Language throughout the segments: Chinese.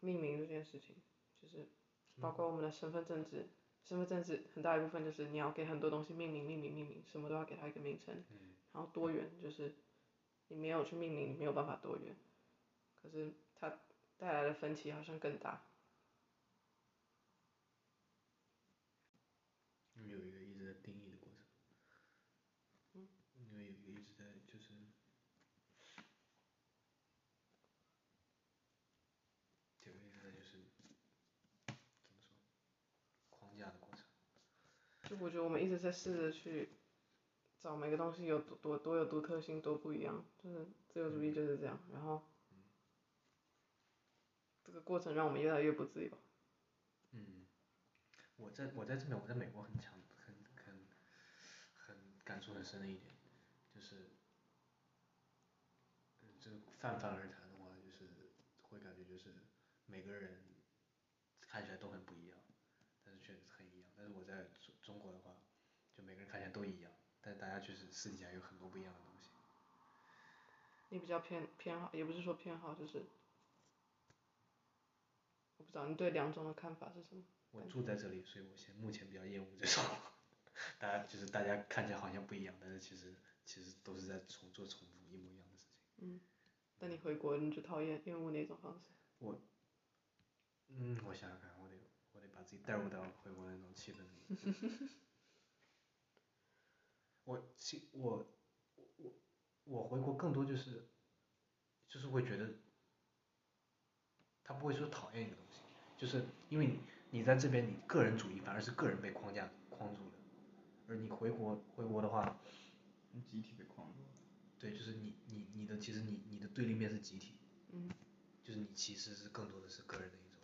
命名这件事情，就是包括我们的身份证字，身份证字很大一部分就是你要给很多东西命名、命名、命名，什么都要给它一个名称。然后多元就是你没有去命名，你没有办法多元，可是它带来的分歧好像更大。你有一个一直在定义的过程。嗯。因为有一个一直在就是。有一个就是怎么说，框架的过程。就我觉得我们一直在试着去找每个东西有多多多有独特性，多不一样，就是自由主义就是这样。然后这个过程让我们越来越不自由。嗯，我在我在这边，我在美国很强，很很很感触很深的一点，就是，嗯，就泛泛而谈的话，就是会感觉就是每个人看起来都很不一样，但是确实很一样。但是我在中中国的话，就每个人看起来都一样，但大家确实私底下有很多不一样的东西。你比较偏偏好，也不是说偏好，就是我不知道你对两种的看法是什么。我住在这里，所以我现目前比较厌恶这种， 大家就是大家看起来好像不一样，但是其实其实都是在重做重复一模一样的事情。但你回国，你就讨厌厌恶哪种方式？嗯，我想想看，我得我得把自己带入到回国的那种气氛里。我其我我我回国更多就是就是会觉得，他不会说讨厌一个东西，就是因为你你在这边你个人主义反而是个人被框架框住了，而你回国回国的话，集体被框住。对，就是你你你的其实你你的对立面是集体，嗯，就是你其实是更多的是个人的一种，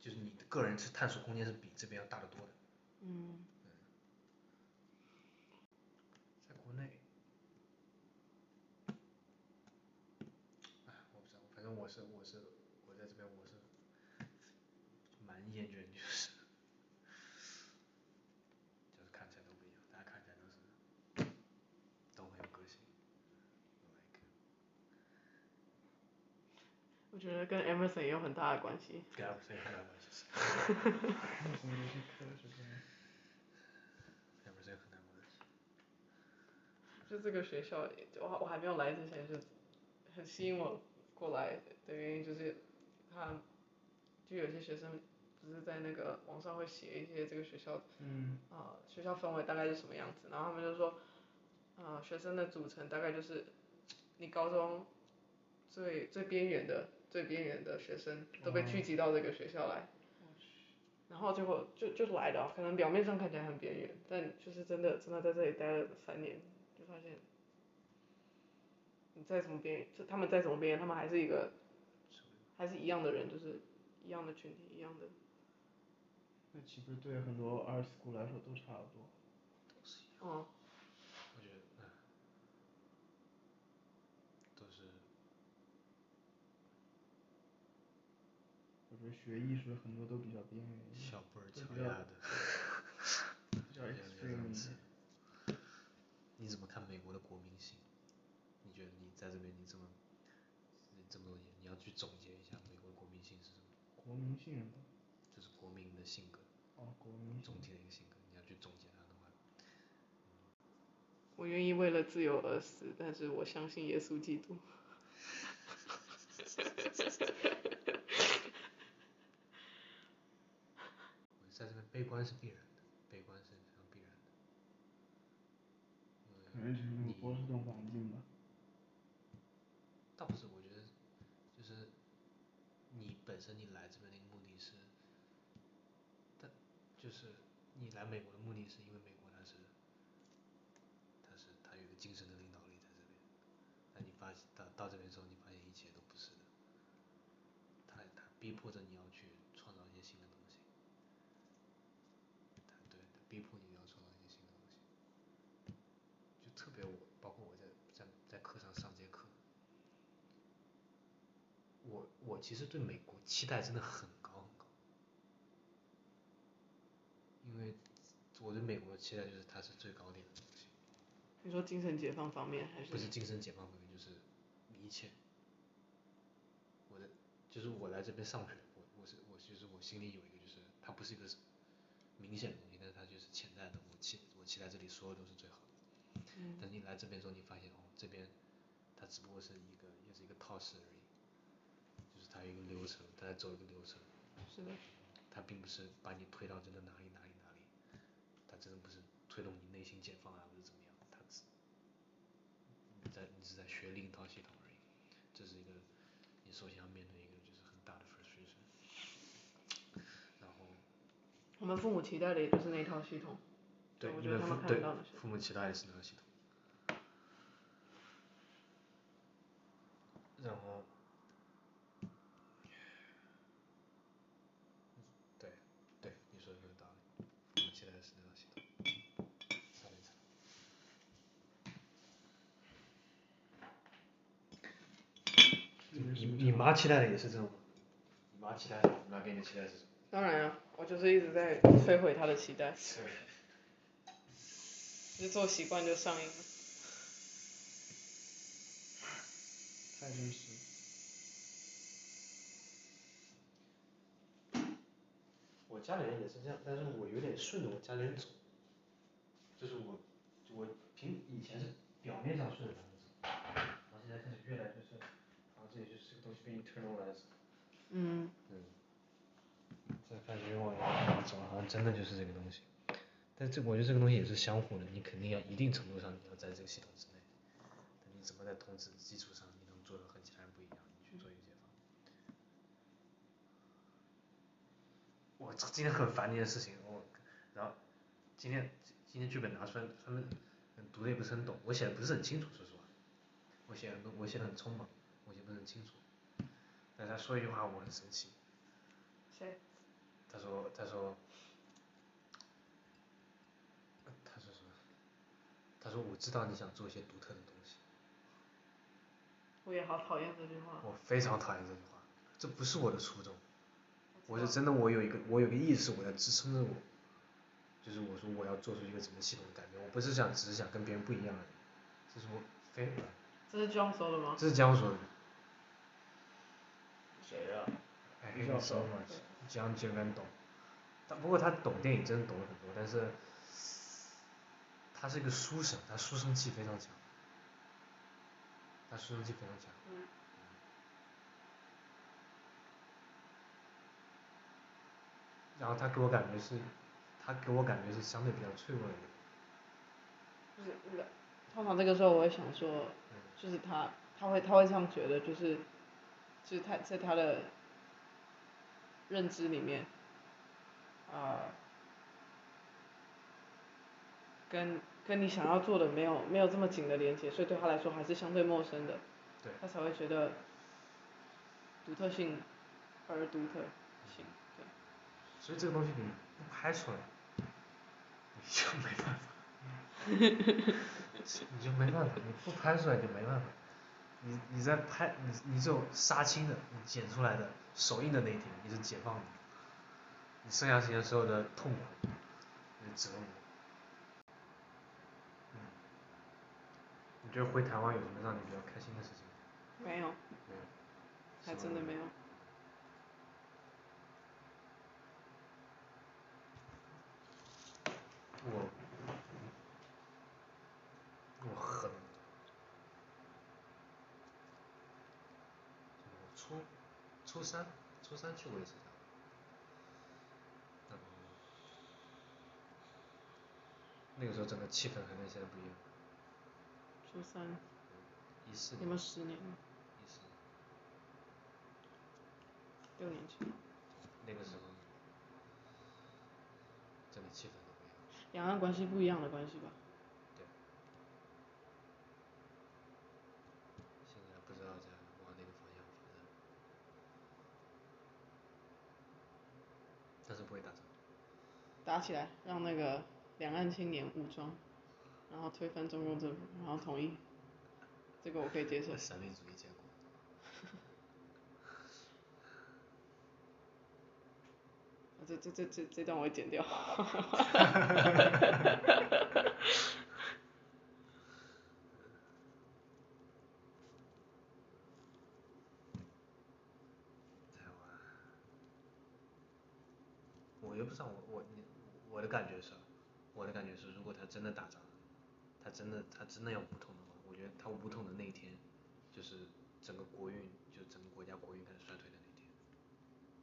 就是你的个人是探索空间是比这边要大得多的。嗯，在国内，哎，我不知道，反正我是我是我在这边我是蛮厌倦，就是就是看起来都不一样，大家看起来都是都很有个性，like 我觉得跟 Emerson 也有很大的关系。跟他们谁很大关系，什么这些课是这样？跟他们谁很大关系。就这个学校，我还我还没有来之前是很吸引我过来的原因，就是他就有些学生不是在那个网上会写一些这个学校嗯，啊、学校氛围大概是什么样子，然后他们就说，啊、学生的组成大概就是你高中最最边缘的最边缘的学生都被聚集到这个学校来，然后结果就就来了，可能表面上看起来很边缘，但就是真的真的在这里待了三年，就发现。你再怎么边缘，就他们再怎么边缘，他们还是一个，还是一样的人，就是一样的群体，一样的那岂不是对很多二 school 来说都差不多？嗯，我觉得，唉都是我觉得学艺术的很多都比较边缘一点，小布尔都乔比较亚的，比较这样这样 extreme 一子点。你怎么看美国的国民性？你觉得你在这边你这么你这么多年，你要去总结一下美国的国民性是什么？国民性是吧？就是国民的性格，哦，国民性总。体的一个性格，你要去总结它的话，我愿意为了自由而死，但是我相信耶稣基督。我在这边悲观是必然的，悲观是非常必然的。可能只是那你种波士顿环境吧。倒不是，我觉得就是你本身你来这边的一个目的是，但就是你来美国的目的是因为美国它是它是它有一个精神的领导力在这边，但你发现到到这边之后，你发现一切都不是的，它它逼迫着你要去创造一些新的东西，它对它逼迫你要创造一些新的东西，就特别我包括我在在在课上上这些课。我我其实对美国期待真的很高很高，因为我对美国的期待就是它是最高点的东西，你说精神解放方面还不是是？精神解放方面，就是一切，就是我来这边上学，我我是我其实我心里有一个就是它不是一个明显的东西，但是它就是潜在的，我期我期待这里所有都是最好的。嗯但是你来这边之后，你发现哦，这边它只不过是一个也是一个套式而已，就是它有一个流程，它在走一个流程，是的，它并不是把你推到真的哪里哪里哪里，它真的不是推动你内心解放啊或者怎么样，它只你在你只是在学另一套系统而已，这是一个你首先要面对一个就是很大的 frustration，然后我们父母期待的也就是那一套系统，对我你觉得们他们父看对得到的是父母期待也是那个系统，然后对对你说的很有道理，父母期待的是那个系统，差点差这没你什么你差妈期待的也是这种吗？你妈期待的，你妈给你的期待是什么？当然啊，我就是一直在摧毁他的期待， 就做习惯就上瘾了。太真实了。我家里人也是这样，但是我有点顺着我家里人走，就是我我平以前是表面上顺着他们走，然后现在开始越来越顺，然后这也就是这个东西被 internalize，嗯，嗯，再开始越往外走，好像真的就是这个东西，但这我觉得这个东西也是相互的，你肯定要一定程度上你要在这个系统之内，但你怎么在同时基础上你能做的和其他人不一样，你去做一个解放。我操今天很烦的一件事情，我，然后今天今天剧本拿出来，他们读的也不是很懂，我写的不是很清楚，说实话，我写的我写的很匆忙，我写得不是很清楚，但是他说一句话我很生气，谁？他说他说，呃他说什么？他说我知道你想做一些独特的东西，我也好讨厌这句话。我非常讨厌这句话，这不是我的初衷。我知是道真的，我有一个我有个意识，我在支撑着我，就是我说我要做出一个什么系统的改变，我不是想只是想跟别人不一样而已，这是我非，这是 John 说的吗？这是江说的谁啊？ ，I 比 hate 较 you so 少 much，江江跟懂，但不过他懂电影真的懂了很多，但是他是一个书生，他书生气非常强，他书生气非常强，嗯然后他给我感觉是，他给我感觉是相对比较脆弱的一就个人。是那个，通常这个时候我会想说，就是他他会他会这样觉得，就是就是他在他的认知里面，啊、跟跟你想要做的没有没有这么紧的连接，所以对他来说还是相对陌生的，对他才会觉得独特性而独特性，对，所以这个东西你不拍出来，你就没办法，你就没办法，你不拍出来就没办法。你你在拍你你只有杀青的，你剪出来的首映的那一天，你是解放的，你剩下时间所有的痛苦，你的折磨，嗯，你觉得回台湾有什么让你比较开心的事情？没有，没有，还是真的吗没有。我，我很，我初初三初三去过一次台湾，然后那个时候整个气氛还跟现在不一样，初三，一四你年，们十年了，一四六年年前。那个时候，整个气氛都不一样。两岸关系不一样的关系吧。现在不知道在往哪个方向发展，但是不会打仗。打起来，让那个两岸青年武装，然后推翻中共政府，然后统一，这个我可以接受。三民主义建国。这这这这这段我会剪掉。对，约不上我我我的感觉是，我的感觉是，如果他真的打仗，他真的他真的要武统的话，我觉得他武统的那一天，就是整个国运，就整个国家国运开始衰退的那一天，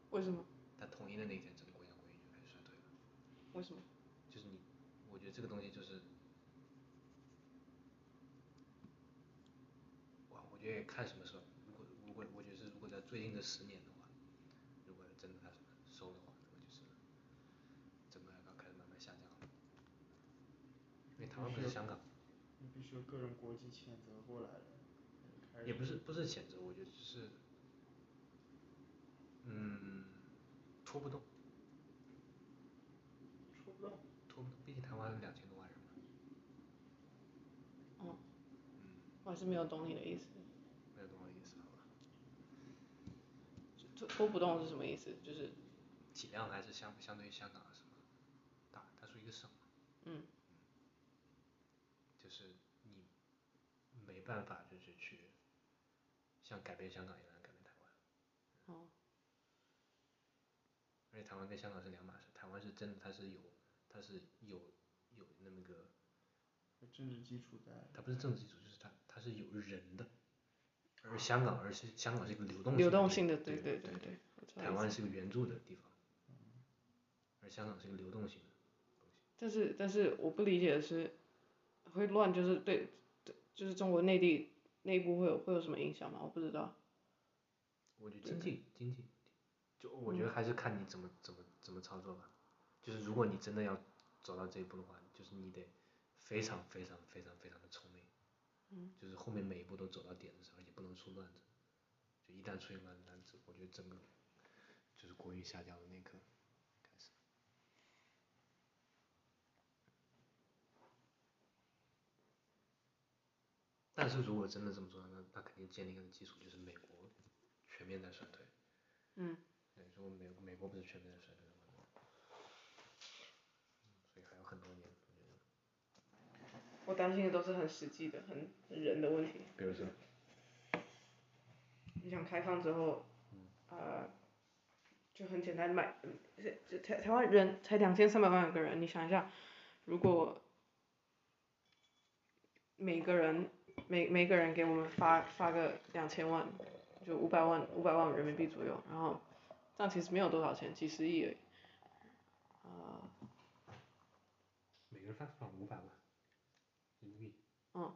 为什么？他统一的那一天，整个国家国运就开始衰退了。为什么？就是你，我觉得这个东西就是，哇，我觉得也看什么时候。如果如果我觉得是如果在最近这十年的话，如果真的它收的话，那就是整个要开始慢慢下降了。因为台湾不是香港，你必须有各种国际谴责过来了，才开也不始是不是谴责，我觉得就是，嗯，拖不动，出不动。拖不动，毕竟台湾两千多万人嘛。哦嗯，我还是没有懂你的意思。没有懂我的意思，啊好吧？拖拖不动是什么意思？就是体量还是相相对于香港是吗？大，它是一个省嘛。嗯。就是你没办法，就是去像改变香港一样改变台湾，哦，而且台湾跟香港是两码事，台湾是真的它是有它是有有那么个，有政治基础在，它不是政治基础，就是它它是有人的，而香港而是香港是一个流动流的动地性的，方对对对对，我知道台意思嗯湾是一个援助的地方，而香港是一个流动性的。但是但是我不理解的是，会乱就是对，就是中国内地内部会有会有什么影响吗？我不知道。我觉得对嗯经济经济，就我觉得还是看你怎么怎么怎么操作吧。就是如果你真的要走到这一步的话，就是你得非常非常非常非常的聪明，嗯，就是后面每一步都走到点子上，也不能出乱子。就一旦出现乱乱子，我觉得整个就是国运下降的那一刻开始。但是如果真的这么做，那那肯定建立一个基础，就是美国全面在衰退。嗯。对，如果美美国不是全面在衰退的话，嗯所以还有很多年。我觉得我担心的都是很实际的，很很人的问题。比如说，你想开放之后，呃，就很简单买，这这台台湾人才两千三百万个人，你想一下，如果每个人每每个人给我们发发个两千万，就五百万五百万人民币左右，然后这样其实没有多少钱，几十亿而已，啊、每个人发放五百万人民币。嗯。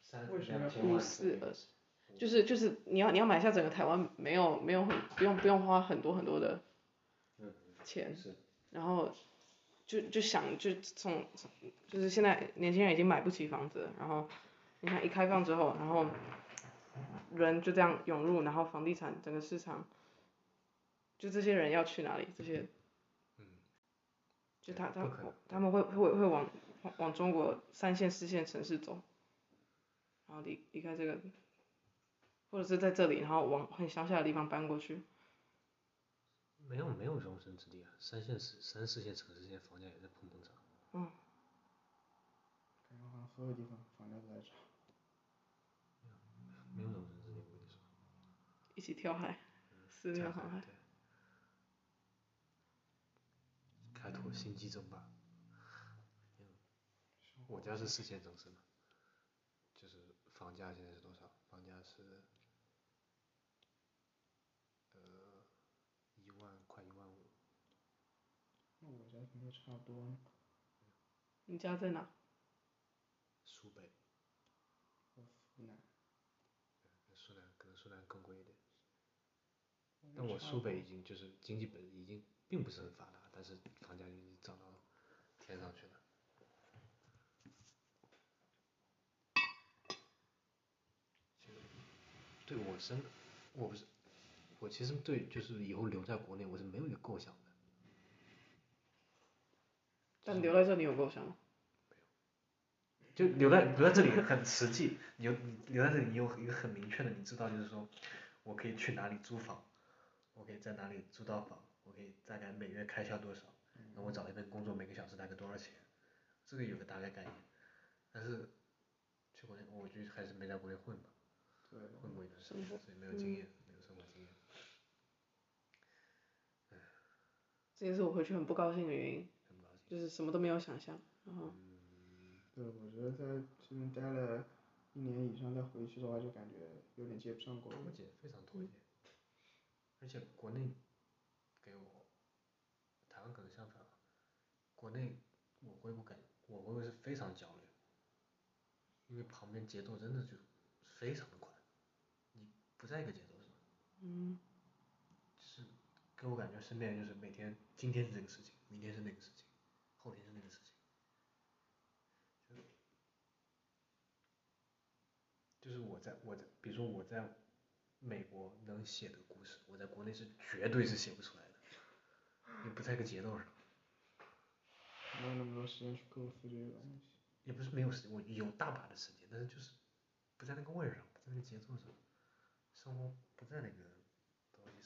三为什么两呃要千五万四二十，嗯就是就是你要你要买下整个台湾，没有没有很不用不用花很多很多的嗯钱。是然后就就想就从就是现在年轻人已经买不起房子了，然后你看一开放之后，然后人就这样涌入，然后房地产整个市场，就这些人要去哪里？这些嗯，就对他他不可能他们会会会往往中国三线四线城市走，然后离离开这个，或者是在这里，然后往很乡下的地方搬过去。没有没有容身之地啊！三线市三四线城市现在房价也在砰砰涨。感觉好像所有地方房价都在涨。没有容身之地，我跟你说。一起跳海，四这面样环还海。对。开拓星际争霸。我家是四线城市嘛，就是房价现在是多少？房价是，呃，一万快一万五。那我家应该差不多呢，你家在哪？苏北，我湖南。苏南可能苏南更贵一点。应但该我差苏不多北已经就是经济本已经并不是很发达，但是房价就已经涨到天上去了。这个对我真的，我不是，我其实对就是以后留在国内我是没有一个构想的。但留在这里有构想吗？就留在留在这里很实际，你有你留在这里，你有一个很明确的，你知道就是说，我可以去哪里租房，我可以在哪里租到房，我可以大概每月开销多少，那我找一份工作每个小时大概多少钱，这个有个大概概念。但是去国内，我就还是没在国内混吧，对，嗯混过一段时生间，活所以没有经验，没有生活经验。唉这也是我回去很不高兴的原因，很不高兴。就是什么都没有想象，然后对，我觉得在这边待了一年以上再回去的话，就感觉有点接不上轨脱了。节，非常脱节。而且国内给我，台湾可能相反啊，国内我会不感，我会是非常焦虑，因为旁边节奏真的就非常的快，你不在一个节奏上，嗯，就是给我感觉身边人就是每天今天是这个事情，明天是那个事情，后天是那个事情，就就是我在我在比如说我在美国能写的故事，我在国内是绝对是写不出来的，也不在一个节奏上，哪有那么多时间去构思这些东西？也不是没有时间，我有大把的时间，但是就是不在那个位儿上，不在那个节奏上，生活不在那个东西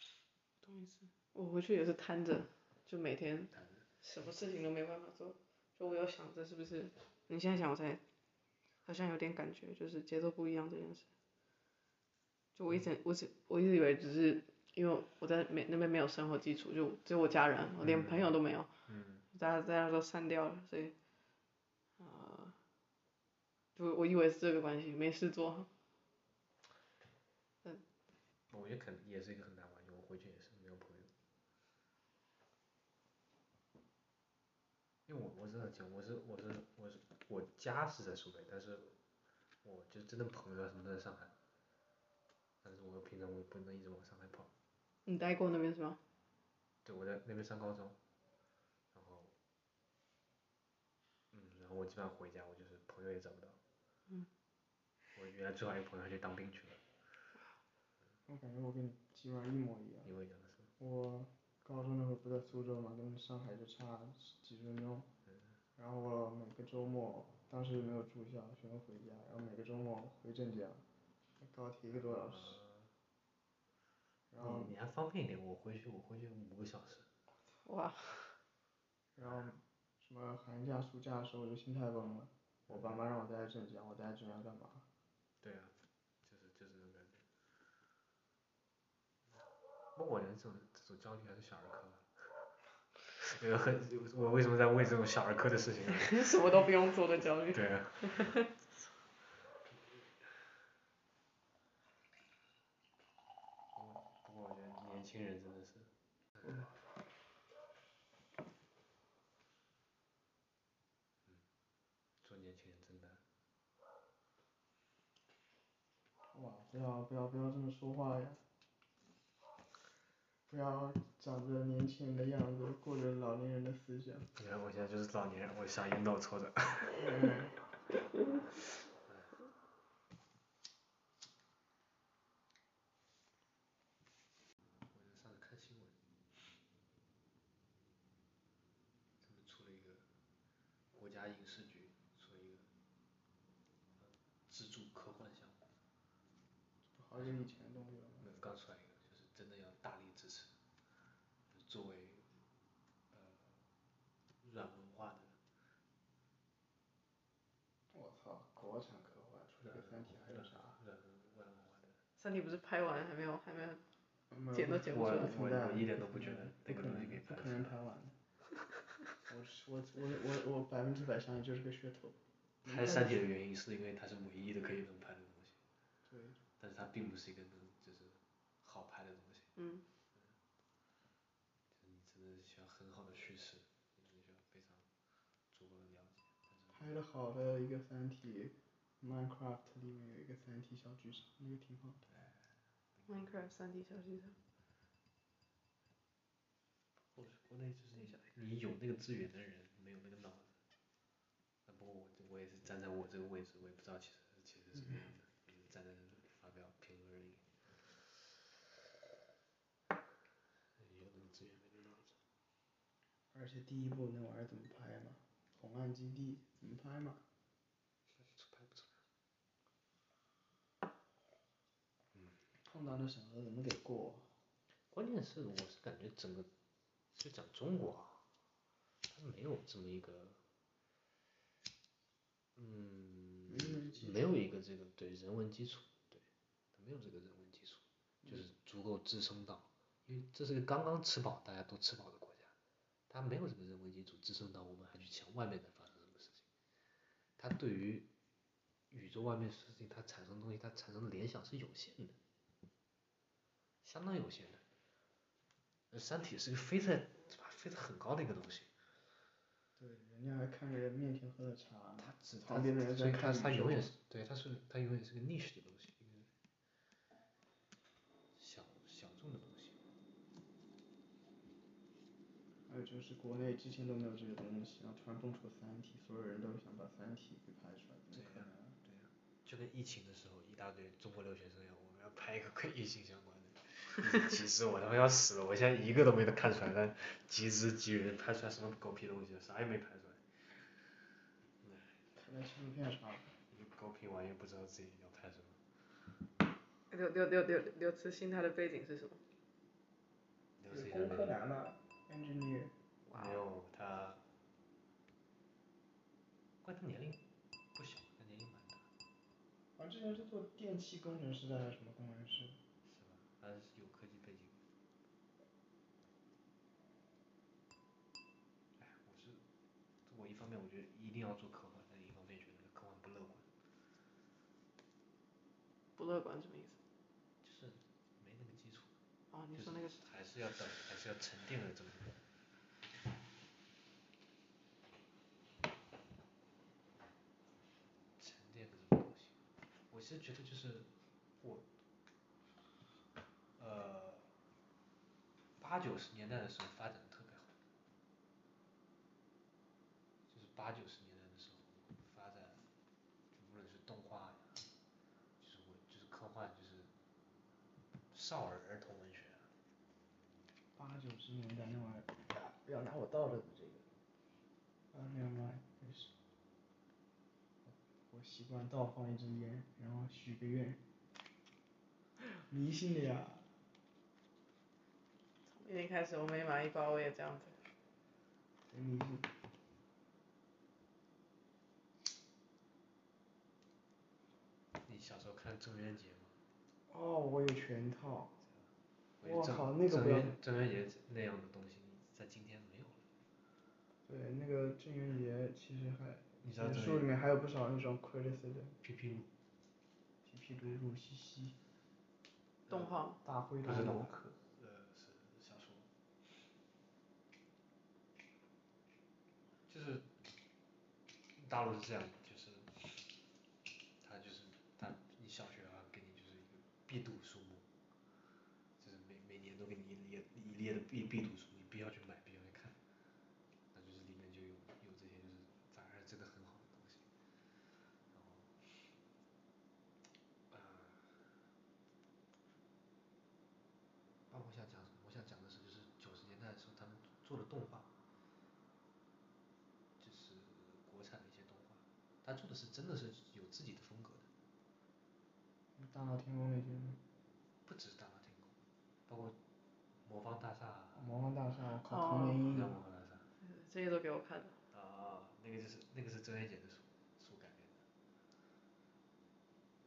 上，懂意思。我回去也是瘫着，就每天但是什么事情都没办法做，就我有想着是不是？你现在想我才好像有点感觉，就是节奏不一样这件事。就我一直我只我一直以为只是因为我在美那边没有生活基础，就只有我家人，我连朋友都没有。嗯，大家大家都删掉了，所以，呃，就我以为是这个关系，没事做，我觉得肯也是一个很大环境，我回去也是没有朋友。因为我我真的讲，我是我是我是我家是在苏北，但是我就真的朋友啊什么都在上海，但是我平常我也不能一直往上海跑，你待过那边是吗？对，我在那边上高中，然后，嗯，然后我基本上回家我就是朋友也找不到，嗯，我原来最好一个朋友他去当兵去了，我感觉我跟你基本上一模一样。因为讲的是，我高中那会儿不在苏州嘛，跟上海就差几十分钟。然后我每个周末，当时没有住校，全都回家，然后每个周末回镇江，高铁一个多小时。呃然后嗯，你还方便一点，我回去我回去五个小时。哇， 然后什么寒假、暑假的时候我就心态崩了。我爸妈让我待在镇江，我待在镇江干嘛？对啊，就是就是那种感觉。不过我觉得这种这种焦虑还是小儿科吧。这个很，我为什么在为这种小儿科的事情 而？什么都不用做的焦虑。对啊。不过不过我觉得年轻人真的是，嗯，做年轻人真的，哇，不要不要不要这么说话呀！不要长着年轻人的样子，过着老年人的思想。你看我现在就是老年人，我想引导挫折。嗯我就上次看新闻，他们出了一个国家影视局出了一个呃资助科幻项目，好久以前的东西了。没有刚出来一个，就是真的要大力支持，就作为呃软文化的我操，国产科幻除了软《三文体》还有软啥？软软文化的。三体不是拍完还没有还没有，没有剪都不剪不不出存来我我在我一点不都不存觉在得嗯不那个可东西能可以拍出来不可能拍完的。我是我我我我百分之百相信这是个噱头。拍《三体》的原因是因为它是唯一的可以能拍的东西，对，但是它并不是一个能就是好拍的东西。嗯，就是你真的需要很好的叙事，你真的需要非常足够的了解。拍的好的一个《三体》，Minecraft 里面有一个《三体》小剧场，那个挺好的。 Minecraft 三 D 小剧场，或者国内就是你你有那个资源的人，没有那个脑子。啊，不过我这我也是站在我这个位置，我也不知道其实其实是什么样的，只是站在那里发表评论而已。有那个资源没那个脑子，而且第一部那玩意儿怎么拍嘛？红岸基地怎么拍嘛？拍不出来。碰到那审核怎么给过？啊关键是我是感觉整个就讲中国啊，它没有这么一个，嗯没人文基，没有一个这个对人文基础，对，它没有这个人嗯文基础，就是足够支撑到，因为这是个刚刚吃饱大家都吃饱的国家，他没有什么人文基础支撑到我们还去想外面在发生什么事情。他对于宇宙外面事情，他产生的东西，他产生的联想是有限的，相当有限的。而《呃三体》是个飞在飞得很高的一个东西，对，人家还看着面前喝的茶呢，它只它旁边的人所在以它看它宇永宙远是对，它是它永远是个 niche 的东西，一个小小众的东西。还有就是国内之前都没有这个东西，然后突然蹦出《三体》，所有人都想把《三体》给拍出来，怎么对可呀能？啊对呀、就跟疫情的时候一大堆中国留学生一样，我们要拍一个跟疫情相关的。其实我他妈要死了，我现在一个都没得看出来，但集资集人拍出来什么狗屁东西，啥也没拍出来。看来纪录片啥的，一个狗屁玩意儿不知道自己要拍什么。刘刘刘刘刘慈欣他的背景是什么？刘有慈欣工没科男嘛，engineer，哇哦没有他，怪他年龄不小，他年龄蛮大，好像啊之前是做电气工程师的还是什么工程是师？吧？他是有科技背景。哎，我是我一方面我觉得一定要做科幻，但一方面觉得科幻不乐观，不乐观什么意思？就是没那个基础，哦，你就是说那个还是要等，还是要沉淀的这么一个。沉淀的这种东西，我是觉得就是我，呃，八九十年代的时候发展的特别好，就是八九十年代的时候发展，无论是动画呀，就是我就是科幻，就是少儿儿童文学啊，八九十年代那玩意儿，不要拿我倒着的这个。啊，没有没有，没事。我习惯倒放一支烟，然后许个愿。迷信的呀，从一开始我每买一包我也这样子。嗯谁迷信？你小时候看郑渊洁吗？哦，我有全套。我觉得我郑靠那个郑不要渊郑渊洁那样的东西，在今天没有了。对，那个郑渊洁其实还，你知道郑书里渊面还有不少那种 criticism，皮皮鲁皮皮鲁鲁西西，动画吗？大灰不大是脑农，科，呃，是小说，就是大陆是这样，就是他就是他，你小学啊，给你就是一个必读书目，就是每每年都给你一列一列的必必读书，你必要去买，必要去看，那就是里面就有有这些就是反而真的很好的东西，然后，呃。啊，我想讲什么？我想讲的是，就是九十年代的时候，他们做的动画，就是国产的一些动画，他做的是真的是有自己的风格的，大闹天宫那些吗，不只是大闹天宫，包括魔方大厦啊，魔幻大厦，我哦靠，童年阴你知道影。魔方大厦这些都给我看了。啊，那个就是那个是郑渊洁的书书改编的，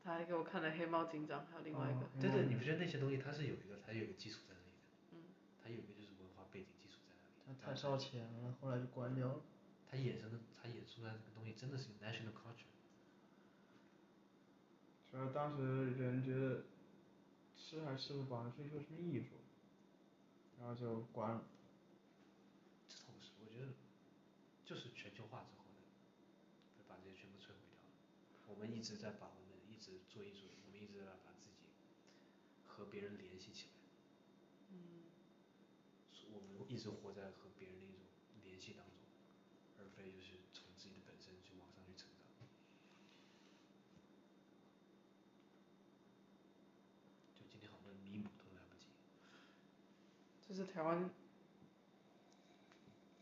他还给我看了《黑猫警长》，还有另外一个。嗯对对，你不觉得那些东西它是有一个它有一个基础在那里的，它有一个就是文化背景基础在那里，他然太后烧钱了，后来就关掉了。它衍生的它衍出来的这个东西真的是一个 national culture。主要当时人觉得吃还吃不饱，追求什么艺术，然后就关了。这倒不是，我觉得就是全球化之后呢，会把这些全部摧毁掉了。我们一直在把我们一直做艺术，我们一直在把自己和别人联系起来，嗯，所以我们一直活在和别人的一种联系当中，而非就是从自己的本身去往上去成长。就今天好多人弥补都来不及，这是台湾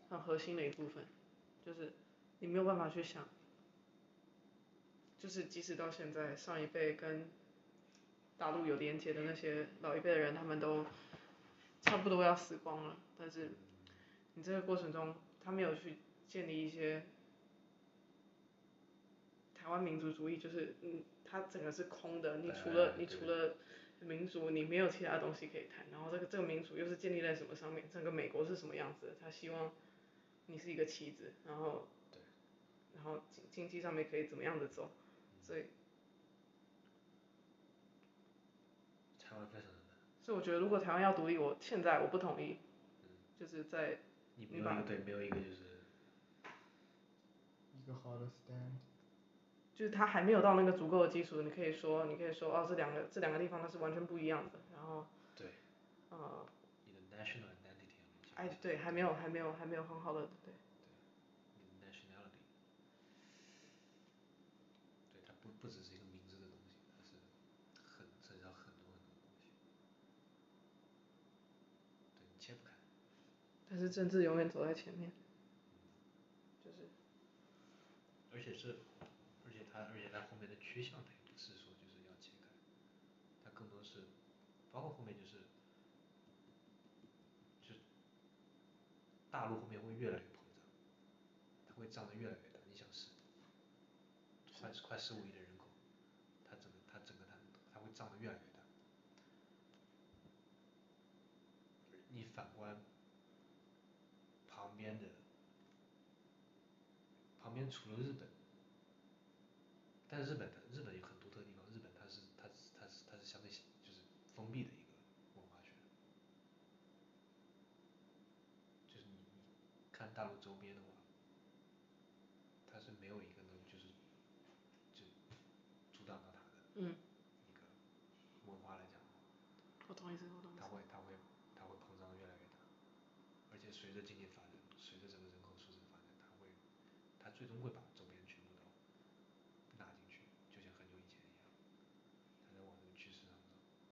很核心的一部分，就是你没有办法去想，就是即使到现在，上一辈跟大陆有连接的那些老一辈的人，他们都差不多要死光了，但是你这个过程中，他没有去建立一些台湾民族主义，就是嗯，它整个是空的，你除了哎你对除了民族，你没有其他东西可以谈。然后这个这个民族又是建立在什么上面？整个美国是什么样子的？他希望你是一个棋子，然后对，然后经经济上面可以怎么样的走，所以台湾非常的难，所以我觉得如果台湾要独立，我现在我不同意，就是在你没你有把一个对，没有一个就是一个好的 stand，就是他还没有到那个足够的基础，你可以说你可以说哦这两个这两个地方它是完全不一样的，然后对呃你的 national identity 还没有建立哎起来对还没有还没有还没有很好的对你的嗯 nationality，对，它不不只是一个名字的东西，它是很涉及到很多很多东西，对你切不开。但是政治永远走在前面，就是而且是，而且它，而且它后面的趋向，它也不是说就是要切开，它更多是，包括后面就是，就大陆后面会越来越膨胀，它会胀得越来越大。你想是，快快十五亿的人口，它整个它整个它它会胀得越来越大。你反观旁边的旁边除了日本，但日本它日本有很独特的地方，日本它是它是它是它是相对就是封闭的一个文化圈，就是你你看大陆周边的话，它是没有一个能就是就阻挡到它的嗯一个文化来讲，我懂意思我懂意它思，会它会它会膨胀的越来越大，而且随着经济发展，随着整个人口素质发展，它会它最终会把